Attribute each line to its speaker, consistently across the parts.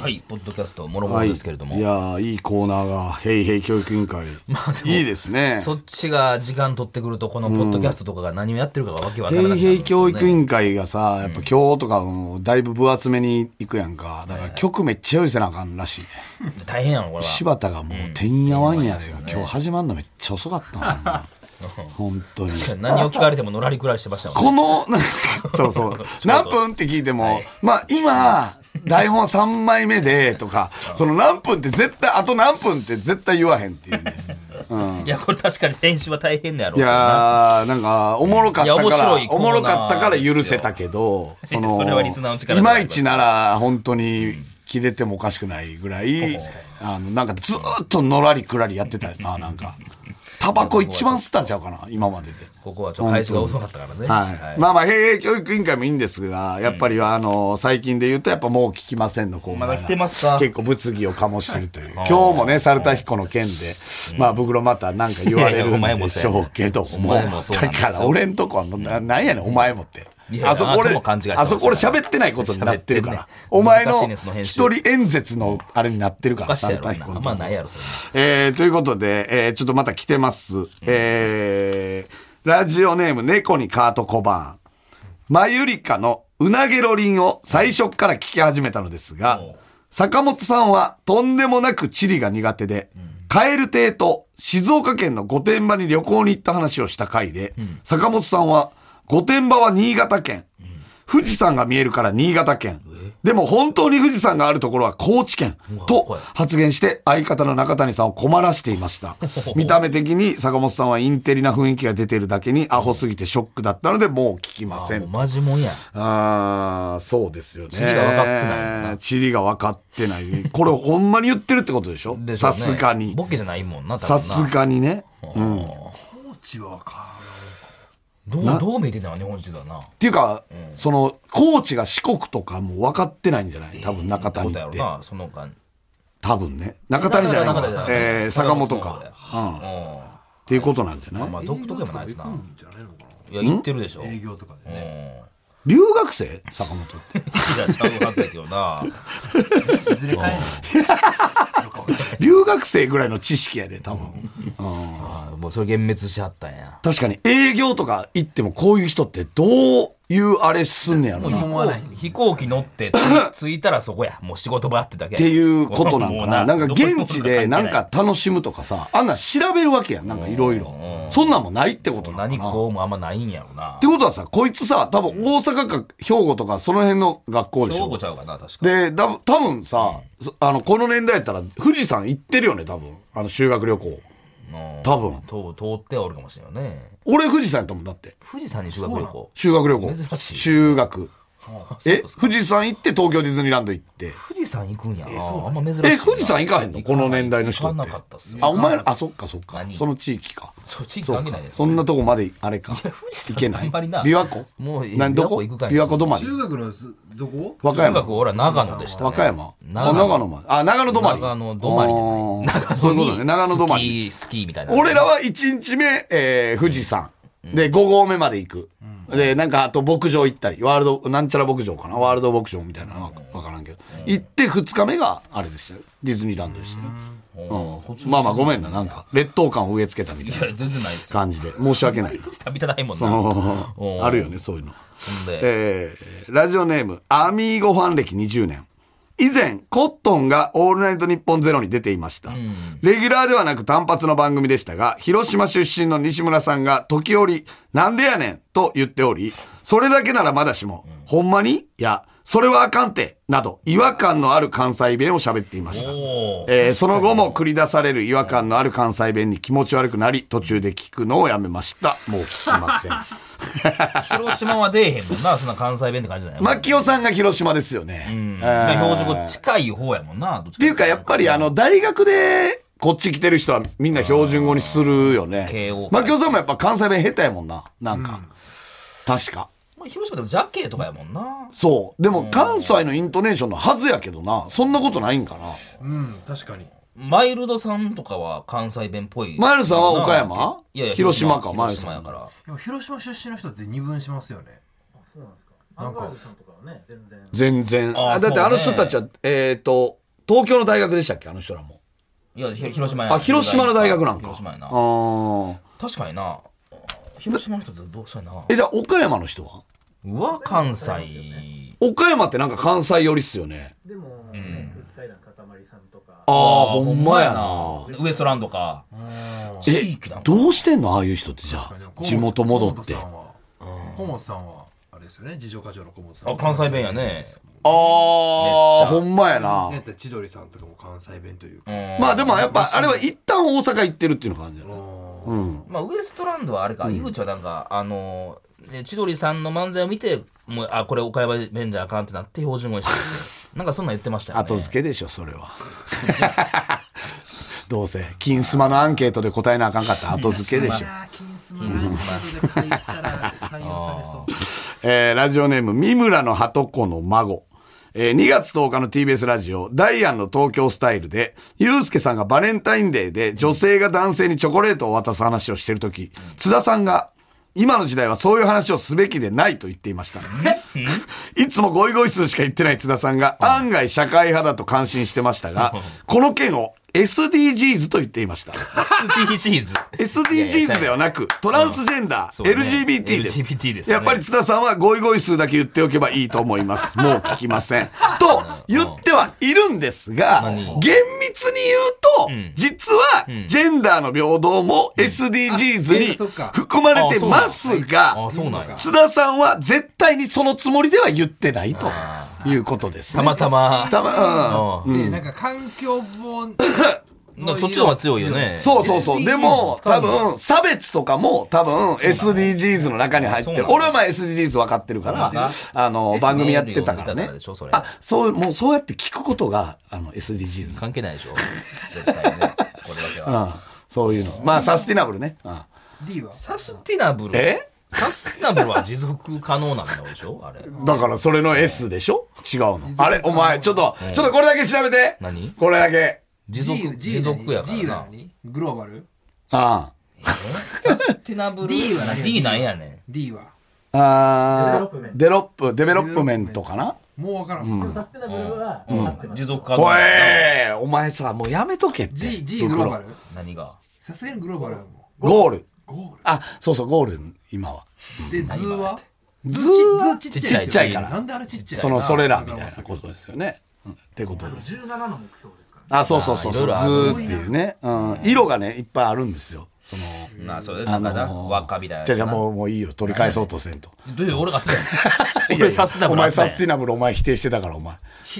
Speaker 1: はい、ポッドキャストもろもろですけれども、
Speaker 2: いやーいいコーナーが「へいへい教育委員 会」いいですね
Speaker 1: そっちが時間取ってくるとこのポッドキャストとかが何をやってるかがわけわからなくな
Speaker 2: 平
Speaker 1: るんですよね
Speaker 2: 平教育委員会がさ、やっぱ今日とかもだいぶ分厚めに行くやんか。だから曲めっちゃ用意せなあかんらしいね。
Speaker 1: 大変やんこれは
Speaker 2: 柴田がもうてんやわんやでよ。今日始まるのめっちゃ遅かった な。本当に。
Speaker 1: 何を聞かれてものらりくらりしてましたもんね
Speaker 2: この、なんかそう そう。何分って聞いても、まあ今、台本3枚目でとか、その何分って絶対、あと何分って絶対言わへんっていうね。
Speaker 1: いやこれ確かに編集は大変だやろう
Speaker 2: い
Speaker 1: けどな
Speaker 2: やーなんかおもろかったか
Speaker 1: いや面
Speaker 2: ら
Speaker 1: 白いコ
Speaker 2: お
Speaker 1: ーナー
Speaker 2: もろかったから許せたけど
Speaker 1: すよ それはリスナーの力
Speaker 2: い
Speaker 1: でご
Speaker 2: ま
Speaker 1: ざいます
Speaker 2: いちなら本当に切れてもおかしくないぐらいあのなんかずーっとのらりくらりやってたよななんかタバコ一番吸ったんちゃうかな今までで。
Speaker 1: ここはちょっと開始が遅かったからね
Speaker 2: はい、まあまあ、平営教育委員会もいいんですが、やっぱりあの、最近で言うと、やっぱもう聞きませんのコーナーが。
Speaker 1: まだ来てますか
Speaker 2: 結構物議を醸してるという。今日もね、猿田彦の件で、まあ、袋またなんか言われるんでしょうけど
Speaker 1: い
Speaker 2: も、
Speaker 1: やいやお前もそう
Speaker 2: だ
Speaker 1: やねお前もそうなんですよ
Speaker 2: から俺んとこは、ななんやねん、お前もって
Speaker 1: いやい。や
Speaker 2: あそこ
Speaker 1: あなた
Speaker 2: 俺、
Speaker 1: も勘違いしてました
Speaker 2: あそこ俺喋ってないことになってるから。
Speaker 1: 喋ってんね
Speaker 2: お前
Speaker 1: 難しい
Speaker 2: の
Speaker 1: ねその編集
Speaker 2: 一人演説のあれになってるか
Speaker 1: お
Speaker 2: ら、
Speaker 1: かしいや
Speaker 2: 猿田
Speaker 1: ろ
Speaker 2: 彦
Speaker 1: な
Speaker 2: の
Speaker 1: あん
Speaker 2: とこ。
Speaker 1: まないやろそ
Speaker 2: えーということで、えーちょっとまた来てます。えーラジオネーム、猫にカート小判。マユリカのうなげろりんを最初から聞き始めたのですが
Speaker 1: おう、
Speaker 2: 坂本さんはとんでもなく地理が苦手で、カエル亭と静岡県の御殿場に旅行に行った話をした回で、坂本さんは御殿場は新潟県、富士山が見えるから新潟県、でも本当に富士山があれるところは高知県
Speaker 1: わ
Speaker 2: と
Speaker 1: 怖い
Speaker 2: 発言して相方の中谷さんを困らしていま した。見た目的に坂本さんはインテリな雰囲気が出ているだけにアホすぎてショックだったのでもう聞きませ
Speaker 1: れ
Speaker 2: ん
Speaker 1: もう。マジもんや
Speaker 2: ああ、そうですよね。地
Speaker 1: 理が分かってないよな
Speaker 2: 地理が分かってない。これほんまに言ってるってことでしょ
Speaker 1: でしょう
Speaker 2: さ
Speaker 1: ね
Speaker 2: すがに
Speaker 1: ボ。ケじゃないもんな多分
Speaker 2: さ
Speaker 1: な
Speaker 2: すがにね。うん。っ
Speaker 1: どうどう見えてんだろうね本地だな
Speaker 2: ていうか、その、高知が四国とかも分かってないんじゃない多分中
Speaker 1: ど
Speaker 2: 谷
Speaker 1: う
Speaker 2: っ
Speaker 1: だろう
Speaker 2: て。
Speaker 1: なその間
Speaker 2: 多分ね。中谷じゃない
Speaker 1: 中谷じゃない
Speaker 2: えー坂本か。うん。っ
Speaker 1: うん
Speaker 2: ていうことなんじゃない
Speaker 1: まあ独特でもないですな。いや、言ってるでしょ。営業とかでね。
Speaker 2: 留学生坂本っ て。
Speaker 1: いや、ちゃうはずだけどな。
Speaker 2: 留学生ぐらいの知識やで、多分。
Speaker 1: あもうそれ幻滅しはったんや。
Speaker 2: 確かに営業とか行ってもこういう人ってどういうあれすんねやろな。
Speaker 1: 飛行機乗ってつ着いたらそこや。もう仕事場ってだけ。っ
Speaker 2: っていうことなんかな。なんか現地で
Speaker 1: な
Speaker 2: なん
Speaker 1: ん
Speaker 2: か楽しむとかさ、あんなん調べるわけやん。なんかいろいろ。そんなんもないってことなの
Speaker 1: 何
Speaker 2: かな。っ
Speaker 1: こうもあんまないんやろな
Speaker 2: て。ことはさ、こいつさ、多分大阪か兵庫とかその辺の学校でし
Speaker 1: どう
Speaker 2: ょ
Speaker 1: こ。ちゃうかな、確かに。
Speaker 2: で、だ多分さ、そあの、この年代やったら富士山行ってるよね、多分。あの、修学旅行。
Speaker 1: うん
Speaker 2: 多分。
Speaker 1: と通ってはおるかもしれないね。
Speaker 2: 俺富士山やったもんだって。
Speaker 1: 富士山に修学旅行。
Speaker 2: 修学旅行。
Speaker 1: 珍しい
Speaker 2: 修学。え
Speaker 1: そうっすか
Speaker 2: 富士山行って東京ディズニーランド行って。
Speaker 1: 富士山行くんやな。あんま珍しいな。
Speaker 2: え、富士山行かへんのこの年代の人
Speaker 1: 行
Speaker 2: っ
Speaker 1: か
Speaker 2: て
Speaker 1: なかったっす。
Speaker 2: あ、お前ら、あ、そっかそっか。
Speaker 1: 何
Speaker 2: その地域か。
Speaker 1: そう、地域関係ないです。
Speaker 2: そんなとこまであれか。
Speaker 1: 士
Speaker 2: 行
Speaker 1: 山
Speaker 2: けな
Speaker 1: あ
Speaker 2: い。
Speaker 1: んまりな
Speaker 2: 琵琶湖
Speaker 1: もうえ
Speaker 2: なんどこ
Speaker 1: 琵琶湖行くかい
Speaker 2: 琵琶湖止まり。
Speaker 3: 中学のすどこ
Speaker 2: 和歌
Speaker 1: 中学、
Speaker 2: 山。
Speaker 1: 俺は長野でしたね。
Speaker 2: 和歌山。
Speaker 1: 長
Speaker 2: あ
Speaker 1: 野。
Speaker 2: 長野まで。あ、長野止まり。
Speaker 1: 長野止まりじゃない。
Speaker 2: あーそういうことね。長野止まり。
Speaker 1: り。スキー、スキーみたいな。
Speaker 2: 俺らは1日目、えー富士山。で、5合目まで行く。で、なんか、あと牧場行ったり、ワールド、なんちゃら牧場かなワールド牧場みたいなのはわからんけど。行って2日目が、あれでしたよ。ディズニーランドでしたよ。うん。まあまあ、ごめんな。なんか、劣等感を植え付けたみた
Speaker 1: い
Speaker 2: い
Speaker 1: や、
Speaker 2: な
Speaker 1: 全然ないですよ。
Speaker 2: 感じで。申し訳ないな。
Speaker 1: 下見たないもん
Speaker 2: そ
Speaker 1: な。
Speaker 2: の
Speaker 1: うん
Speaker 2: あるよね、そういうの。
Speaker 1: ほんで、
Speaker 2: えーラジオネーム、アミーゴファン歴20年。以前、コットンがオールナイトニッポンゼロに出ていました。レギュラーではなく単発の番組でしたが、広島出身の西村さんが時折、なんでやねんと言っており、それだけならまだしも、ほんまにいや、それはあかんて、など、違和感のある関西弁を喋っていました。
Speaker 1: おー
Speaker 2: えーその後も繰り出される違和感のある関西弁に気持ち悪くなり、途中で聞くのをやめました。もう聞き ません。
Speaker 1: 広島は出えへんもんな、そんな関西弁って感じじゃない
Speaker 2: マキオさんが広島ですよね。
Speaker 1: うん
Speaker 2: えー
Speaker 1: まあ標準語近い方やもんな、どっち
Speaker 2: っていうか、やっぱりあの、大学で、こっち来てる人はみんな標準語にするよね
Speaker 1: 慶応。
Speaker 2: マキオさんもやっぱ関西弁下手やもんな。なんか。確か。
Speaker 1: まあ広島でもジャケとかやもんな。
Speaker 2: そう。でも関西のイントネーションのはずやけどな。そんなことないんかな。
Speaker 3: うん確かに
Speaker 1: マイルドさんとかは関西弁っぽい。
Speaker 2: マイルドさんは岡山
Speaker 1: なんかいやいや、
Speaker 2: 広島か
Speaker 1: 広島やから。
Speaker 3: でも広島出身の人って二分しますよね
Speaker 4: そうなんですか。アンガールズさんとかはね、全然。
Speaker 2: 全然。
Speaker 1: あ
Speaker 2: だっ
Speaker 1: ー
Speaker 2: て
Speaker 1: そうね
Speaker 2: あの人たちは、えっと、東京の大学でしたっけあの人らも。
Speaker 1: いや、ひ広島や
Speaker 2: あ、広島の大学なんか。
Speaker 1: 広島や
Speaker 2: あ
Speaker 1: な。
Speaker 2: ー
Speaker 1: 確かにな。広島の人ってどうそうやな。
Speaker 2: え、じゃあ岡山の人は
Speaker 1: うわ、関西。
Speaker 2: 岡山ってなんか関西寄りっすよね。
Speaker 4: でも、ね空気階段かたまりさんとか
Speaker 2: ああ、ほんまやな。
Speaker 1: ウエストランドか。地域なんか
Speaker 2: どうしてんのああいう人ってじゃあ
Speaker 3: 確かに
Speaker 2: 地元戻って
Speaker 3: 小
Speaker 2: あ
Speaker 3: 本さんは小本さんはあれですよね自称課長の小本さん
Speaker 1: あ、関西弁やね。
Speaker 2: あーほんまやな
Speaker 3: ねやったら千鳥さんとかも関西弁というか、
Speaker 1: うん
Speaker 2: まあでもやっぱあれは一旦大阪行ってるっていうのがあるんじゃないうん
Speaker 1: まあ、ウエストランドはあれか、井口はなんか、あのー、ね千鳥さんの漫才を見て、もう、あ、これ岡山弁じゃあかんってなって標準語にし てて、なんかそんなん言ってましたよね。
Speaker 2: 後付けでしょそれは どうせ金スマのアンケートで答えなあかんかった後付けでしょ
Speaker 3: あー金スマラン ドで書いたら採用されそう
Speaker 2: えーラジオネーム、三村の鳩子の孫。えー2月10日の TBS ラジオ、ダイアンの東京スタイルで、ユうスケさんがバレンタインデーで女性が男性にチョコレートを渡す話をしてるとき、津田さんが、今の時代はそういう話をすべきでないと言っていました。いつもゴイゴイ数しか言ってない津田さんが、案外社会派だと感心してましたが、この件を SDGs と言っていました。
Speaker 1: SDGs。
Speaker 2: SDGs ではなく、トランスジェンダー、
Speaker 1: そうね
Speaker 2: LGBT です。
Speaker 1: LGBT ですね
Speaker 2: やっぱり津田さんはゴイゴイ数だけ言っておけばいいと思います。 もう聞きません。と言ってはいるんですが、厳密に言うと、実はジェンダーの平等も SDGs に
Speaker 3: あそっか
Speaker 2: 含まれてます
Speaker 1: あ
Speaker 2: が、、
Speaker 1: そうなんや。
Speaker 2: 津田さんは絶対にそのつもりでは言ってないということです
Speaker 1: た
Speaker 2: ね。
Speaker 1: またま。
Speaker 2: たま、うん。
Speaker 3: でなんか環境本
Speaker 1: なんかそっちの方が強いよね。
Speaker 2: そうそうそう。
Speaker 1: SDGs
Speaker 2: でも、
Speaker 1: 使
Speaker 2: 多
Speaker 1: うの
Speaker 2: 分、差別とかも、多分、SDGs の中に入って
Speaker 1: そう
Speaker 2: る。
Speaker 1: なの
Speaker 2: 俺はまあ SDGs 分かってるから
Speaker 1: なの、
Speaker 2: あの、
Speaker 1: SDGs
Speaker 2: 番組やってたから
Speaker 1: 見た
Speaker 2: ね
Speaker 1: からでしょそ。れ
Speaker 2: あ、そう、もうそうやって聞くことが、あの、SDGs。
Speaker 1: 関係ないでしょ。絶対ね。これだけは。
Speaker 2: あそういうの。まあ、サスティナブルね。あ
Speaker 3: D は
Speaker 1: サスティナブル。
Speaker 2: え
Speaker 1: サスティナブルは持続可能なんだでしょあれ。
Speaker 2: だから、それの S でしょ違うの。あれお前、ちょっと、ちょっとこれだけ調べて。
Speaker 1: 何
Speaker 2: これだけ。
Speaker 1: 持続、持続やから
Speaker 3: G
Speaker 1: な
Speaker 3: は。何グローバル
Speaker 2: あ
Speaker 1: サスティナブル。
Speaker 3: D は何
Speaker 1: D なんやねん。
Speaker 3: D は
Speaker 2: あ。ああ
Speaker 4: デベロップメン、ト
Speaker 2: デロップ、デベロップメントかな
Speaker 3: もうわからん、
Speaker 4: サステナブルは合ってます
Speaker 1: 持続可能
Speaker 2: お。いお前さ、もうやめとけって。
Speaker 3: G, G グローバル
Speaker 1: 何が
Speaker 3: さすがにグローバルはもう
Speaker 2: ゴール。
Speaker 3: ゴ
Speaker 2: あ、そうそう、ゴール、今は。
Speaker 3: ールで図は
Speaker 2: ずー
Speaker 3: 図
Speaker 2: ちっちゃいか
Speaker 3: よねな
Speaker 2: ら。
Speaker 3: んであれちっちゃい
Speaker 2: その、それらみたいなことですよね。うんってことです。
Speaker 4: 17の目標ですか
Speaker 2: あ、そうそうそうそう、ず
Speaker 1: まあいろいろ
Speaker 2: ー
Speaker 1: ある
Speaker 2: っていうね。うん。色がね、いっぱいあるんですよ。その、
Speaker 1: な、それ、なんかな、輪っかみたいなやつ
Speaker 2: じゃ
Speaker 1: な。
Speaker 2: じゃもう、もういいよ。取り返そうとせんと。
Speaker 1: どういう俺がってた
Speaker 2: いやい
Speaker 1: 俺
Speaker 2: や
Speaker 1: サスティナブ
Speaker 2: お
Speaker 1: ルあ
Speaker 2: 前
Speaker 1: った
Speaker 2: サ
Speaker 1: やん
Speaker 2: スティナブル、お前否定してたから、お前。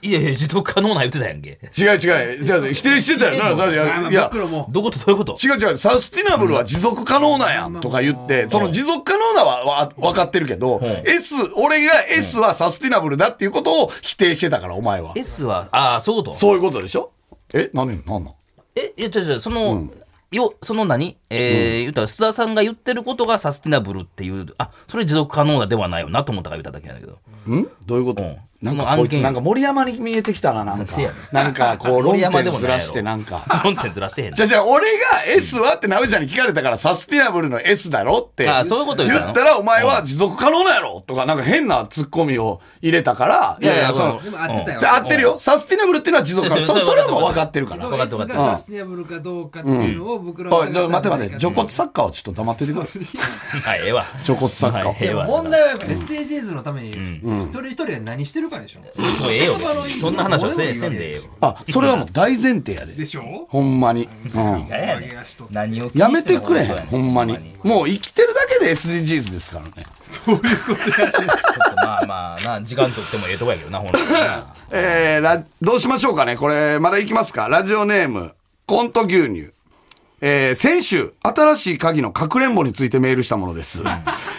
Speaker 1: いやいや、持続可能な言ってたやんけ。
Speaker 2: 違う違う。じゃあ否定してたよな。だってい
Speaker 3: あま
Speaker 2: や
Speaker 3: あ
Speaker 2: いや、
Speaker 3: 僕らも
Speaker 1: どういうことどういうこと
Speaker 2: 違う違う、サスティナブルは持続可能なんやんとか言って、その持続可能なはわ分かってるけど、S、俺が S はサスティナブルだっていうことを否定してたから、お前は。
Speaker 1: ?S は、ああ、そういうこと。
Speaker 2: そういうことでしょえ何なんなん
Speaker 1: え、いや、違う違う、その、よ、その何えー、言ったら、須田さんが言ってることがサスティナブルっていう、あ、それ持続可能なではないよなと思ったから言っただけなんだけど。
Speaker 2: んどういうこと、
Speaker 1: うん
Speaker 2: なん
Speaker 1: その
Speaker 2: か
Speaker 1: 案件
Speaker 2: こいつなんか森山に見えてきたな、なんか
Speaker 1: なんでや。
Speaker 2: なんかこう論
Speaker 1: 森山で
Speaker 2: 点
Speaker 1: もないやろ
Speaker 2: ずらしてなんか。
Speaker 1: 論点ずらしてへん
Speaker 2: じゃあじゃあ俺が S はって鍋ちゃんに聞かれたからサスティナブルの S だろって。
Speaker 1: あそういうこと言
Speaker 2: 言
Speaker 1: ったの
Speaker 2: ったらお前は持続可能なんやろとかなんか変なツッコミを入れたから。い
Speaker 1: や
Speaker 2: や
Speaker 1: い
Speaker 2: い
Speaker 1: や
Speaker 2: や、そ
Speaker 1: ま
Speaker 2: の
Speaker 1: あ。
Speaker 3: でも合ってたよ
Speaker 2: じゃあ合ってるよ。サスティナブルっていうのは持続可能。
Speaker 1: そう
Speaker 2: そ
Speaker 1: そう
Speaker 2: それはもう
Speaker 1: 分
Speaker 2: 分
Speaker 1: か
Speaker 2: か
Speaker 1: っ
Speaker 2: ってて
Speaker 1: る
Speaker 2: る
Speaker 1: 分
Speaker 2: か
Speaker 1: かっ
Speaker 2: ら
Speaker 1: て。るわわ
Speaker 3: が
Speaker 1: か
Speaker 3: サステナブルかどうかっていうのを僕ら
Speaker 2: お、
Speaker 3: はい
Speaker 2: ちょっと待って待って、
Speaker 3: ジ
Speaker 2: ジ
Speaker 3: ョ
Speaker 2: ョ
Speaker 3: コ
Speaker 2: コツサッカーをちょっと黙っててくれ。
Speaker 1: はい、ええわ。
Speaker 2: ちょこっとサッカー
Speaker 1: はいええわ。
Speaker 3: 問題はやっぱ SDGs のために一人一人が何してるかでしょ
Speaker 1: もうええよ。別にそんな話はせえせんでええよ。
Speaker 2: あ、それはもう大前提やで。
Speaker 3: でしょ
Speaker 2: ほんまに。うん。
Speaker 1: 何やねん何を気にしてんの
Speaker 2: やめてくれ、ほんまに。もう生きてるだけで SDGs ですからね。
Speaker 1: ちょっとまあまあな、時間とってもええとこやけどな、ほんと にな。
Speaker 2: えー、ラどうしましょうかねこれ、まだいきますかラジオネーム、コント牛乳。えー先週、新しい鍵のかくれんぼについてメールしたものです。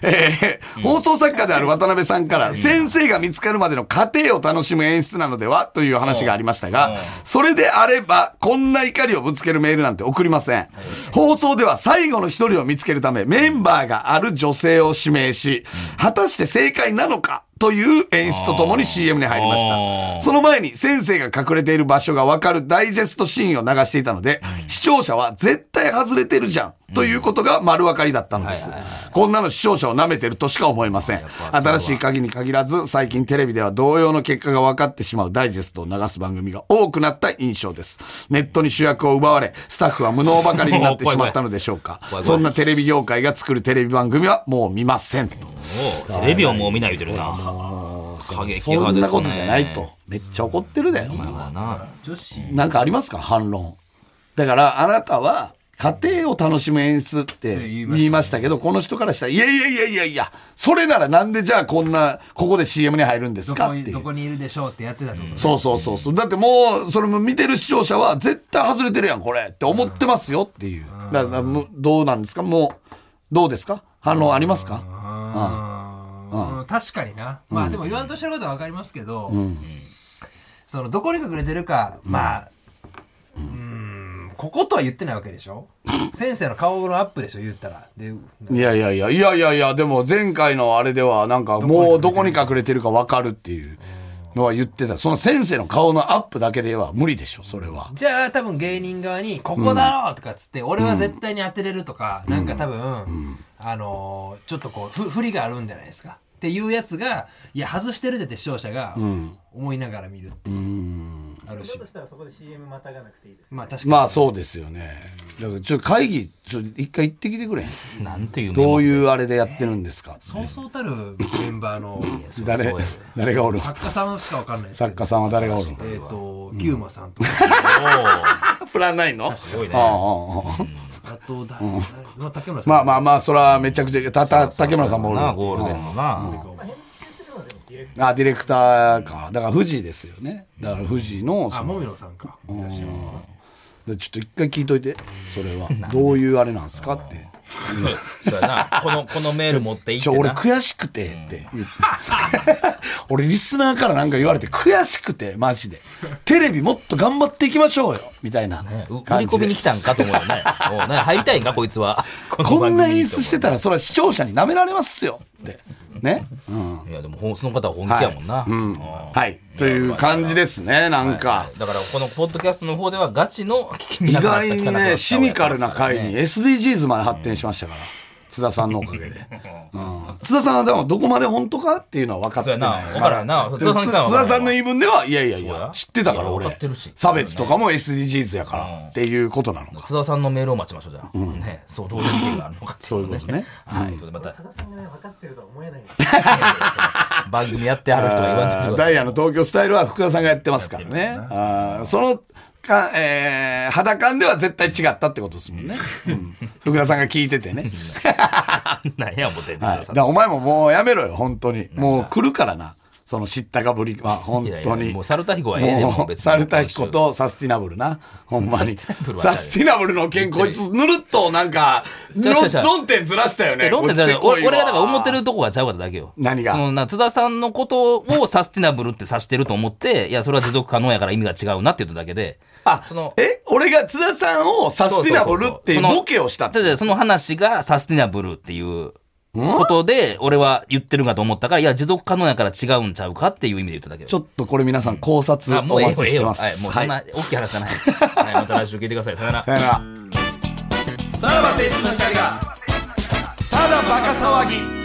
Speaker 2: えー放送作家である渡辺さんから、先生が見つかるまでの過程を楽しむ演出なのではという話がありましたが、それであれば、こんな怒りをぶつけるメールなんて送りません。放送では最後の一人を見つけるため、メンバーがある女性を指名し、果たして正解なのかとという演出とともに CM に入りまし
Speaker 1: あ
Speaker 2: た。
Speaker 1: ー
Speaker 2: その前に先生が隠れている場所がわかるダイジェストシーンを流していたので、視聴者は絶対外れてるじゃんということが丸分かりだったのです。こんなの視聴者を舐めてるとしか思えません。新しい鍵に限らず、最近テレビでは同様の結果が分かってしまうダイジェストを流す番組が多くなった印象です。ネットに主役を奪われ、スタッフは無能ばかりになってしまったのでしょうか
Speaker 1: 怖い怖。い
Speaker 2: そんなテレビ業界が作るテレビ番組はもう見ませんと。
Speaker 1: おうテレビをもう見ないでるな。過激
Speaker 2: そ
Speaker 1: 派
Speaker 2: ん
Speaker 1: ですね。
Speaker 2: なことじゃないと。めっちゃ怒ってるだよ、お前は。
Speaker 1: な。
Speaker 3: 女子
Speaker 2: なんかありますか反論。だから、あなたは、家庭を楽しむ演出って言いましたけど、この人からしたら、いやいやいやいやいや、それならなんでじゃあこんな、ここで CM に入るんです
Speaker 3: ど
Speaker 2: かっ
Speaker 3: こ
Speaker 2: て
Speaker 3: に
Speaker 2: い
Speaker 3: ど
Speaker 2: う。
Speaker 3: こにいるでしょうってやってたと思う
Speaker 2: そうそうそうそう。だってもう、それも見てる視聴者は、絶対外れてるやん、これって思ってますよっていう。だから、むどうなんですかもう、どうですか反論ありますか
Speaker 3: うんうん確かにな、まあでも言わんとしてることは分かりますけど、そのどこに隠れてるか、まあうんこことは言ってないわけでしょ先生の顔のアップでしょ言ったらで
Speaker 2: いやいやいや、いやいやいや、でも前回のあれでは、なんかもうどこに隠れてるか分かるっていうのは言ってた。その先生の顔のアップだけでは無理でしょ、それは。
Speaker 3: じゃあ多分芸人側に「ここだろ!」とかっつって、俺は絶対に当てれるとか、なんか多分、あのーちょっとこうふ振りがあるんじゃないですかっていうやつがいや外してるでって視聴者が思いながら見るっていう、ある
Speaker 4: だ
Speaker 3: し
Speaker 4: としたらそこで CM またがなくていいですよ。
Speaker 3: まあ確かに、
Speaker 2: まあそうですよね。だからちょっと会議、ちょっと一回行ってきてくれん。
Speaker 1: なんていうメモ
Speaker 2: どういうあれでやってるんですか
Speaker 3: そうそうたるメンバーの
Speaker 2: 誰
Speaker 1: そうです、
Speaker 2: 誰がおる
Speaker 3: 作家さんしかわかんないですけ
Speaker 2: 作
Speaker 3: ど
Speaker 2: 家さんは誰がおる
Speaker 3: えっ、とキューマさんとか、
Speaker 2: プランないの
Speaker 1: すごいね。
Speaker 3: あと誰、誰まあ、竹村さん
Speaker 2: まあまあまあ、それはめちゃくちゃ、た、た、竹村さんもおる。
Speaker 1: なあゴールデンのな。
Speaker 2: あ、ディレクターか。だから富士ですよね。だから富士の、そ
Speaker 3: あ
Speaker 2: の
Speaker 3: もみのさんかいらっしゃいます
Speaker 2: でちょっと一回聞いといてそれはどういうあれなんですかって
Speaker 1: そうやな。この、このメール持っていっ
Speaker 2: ち
Speaker 1: て
Speaker 2: ょ俺
Speaker 1: な。
Speaker 2: 悔しくてって言って 俺リスナーからなんか言われて悔しくてマジでテレビもっと頑張っていきましょうよみたいな
Speaker 1: う売
Speaker 2: 感
Speaker 1: り
Speaker 2: じ
Speaker 1: 込
Speaker 2: で
Speaker 1: みに来たんかと思うよね。おうなんか入りたいんか、こいつは。
Speaker 2: こんな演
Speaker 1: 演
Speaker 2: 出
Speaker 1: 出
Speaker 2: してたらそれは視聴者に舐められますよってねうん
Speaker 1: いや、でもほん、その方は本気やもんな。うん
Speaker 2: はいという感じですねなんか
Speaker 1: だから、このポッドキャストの方では、ガチの聞き
Speaker 2: 意
Speaker 1: ながら
Speaker 2: 外にねシニカルな回に SDGs まで発展しましたから津田さんのおかげで津田さんはでもどこまで本当かっていうのは分かってない
Speaker 1: そうやな分からんな
Speaker 2: まだ
Speaker 1: 津田さん
Speaker 2: 津田さんの言い分ではいやいやい
Speaker 1: そう
Speaker 2: や
Speaker 1: や
Speaker 2: 知ってたから
Speaker 1: いや
Speaker 2: 俺
Speaker 1: 分かってるし
Speaker 2: 差別とかも SDGs やからっていうことなのか
Speaker 1: 津田さんのメールを待ちましょう、じゃあ。ね。そう、どういう意見があるのか。
Speaker 2: そういうことね
Speaker 1: はい。ということでま
Speaker 4: 多田さんがね分かってるとは思えないんです
Speaker 1: た、番組やってある人は言わんといてくだ
Speaker 2: ダ
Speaker 1: さ
Speaker 2: イ
Speaker 1: い。
Speaker 2: ヤの東京スタイルは福田さんがやってますからねあーそのか、えー、肌感では絶対違ったってことですも んね、うん福田さんが聞いててね
Speaker 1: 何や、思ってんの
Speaker 2: はい、だ
Speaker 1: 津田
Speaker 2: か
Speaker 1: さん。
Speaker 2: らお前ももうやめろよ、本当に。もう来るからな。その知ったかぶりは、本
Speaker 1: いやい
Speaker 2: 当
Speaker 1: や
Speaker 2: に。
Speaker 1: もうサルタヒコはええでも
Speaker 2: も
Speaker 1: う
Speaker 2: う
Speaker 1: 別に
Speaker 2: サルタヒコとサスティナブルな。ほんまに。サ
Speaker 1: サ
Speaker 2: ス
Speaker 1: ス
Speaker 2: ティナブルの件、こいつ、ぬるっとなんか、
Speaker 1: 違う違う違う
Speaker 2: 論論点ずらしたよね。
Speaker 1: ロンテじゃない
Speaker 2: こいつ
Speaker 1: 俺
Speaker 2: せこいわ
Speaker 1: 俺がだから思ってるとこがちゃうからだけよ。
Speaker 2: 何が
Speaker 1: そのな、津田さんのことをサスティナブルって指してると思って、いや、それは持続可能やから意味が違うなって言っただけで。
Speaker 2: あ、
Speaker 1: その
Speaker 2: え俺が津田さんをサスティナブルっていう
Speaker 1: そうそうそうその
Speaker 2: ボケをしたって
Speaker 1: 違う違うその話がサスティナブルっていうことで、俺は言ってるんかと思ったから、いや、持続可能やから違うんちゃうかっていう意味で言っただけよ。
Speaker 2: ちょっとこれ皆さん考察
Speaker 1: あも
Speaker 2: お
Speaker 1: うええ
Speaker 2: 待ち
Speaker 1: よえ
Speaker 2: し
Speaker 1: え
Speaker 2: て
Speaker 1: よ
Speaker 2: ま
Speaker 1: はい、
Speaker 2: す。
Speaker 1: もうそんな大きい話じゃ ない。はい、また来週聞いてください。さよなら
Speaker 2: さ。よなら。さらば青春の光が、ただバカ騒ぎ。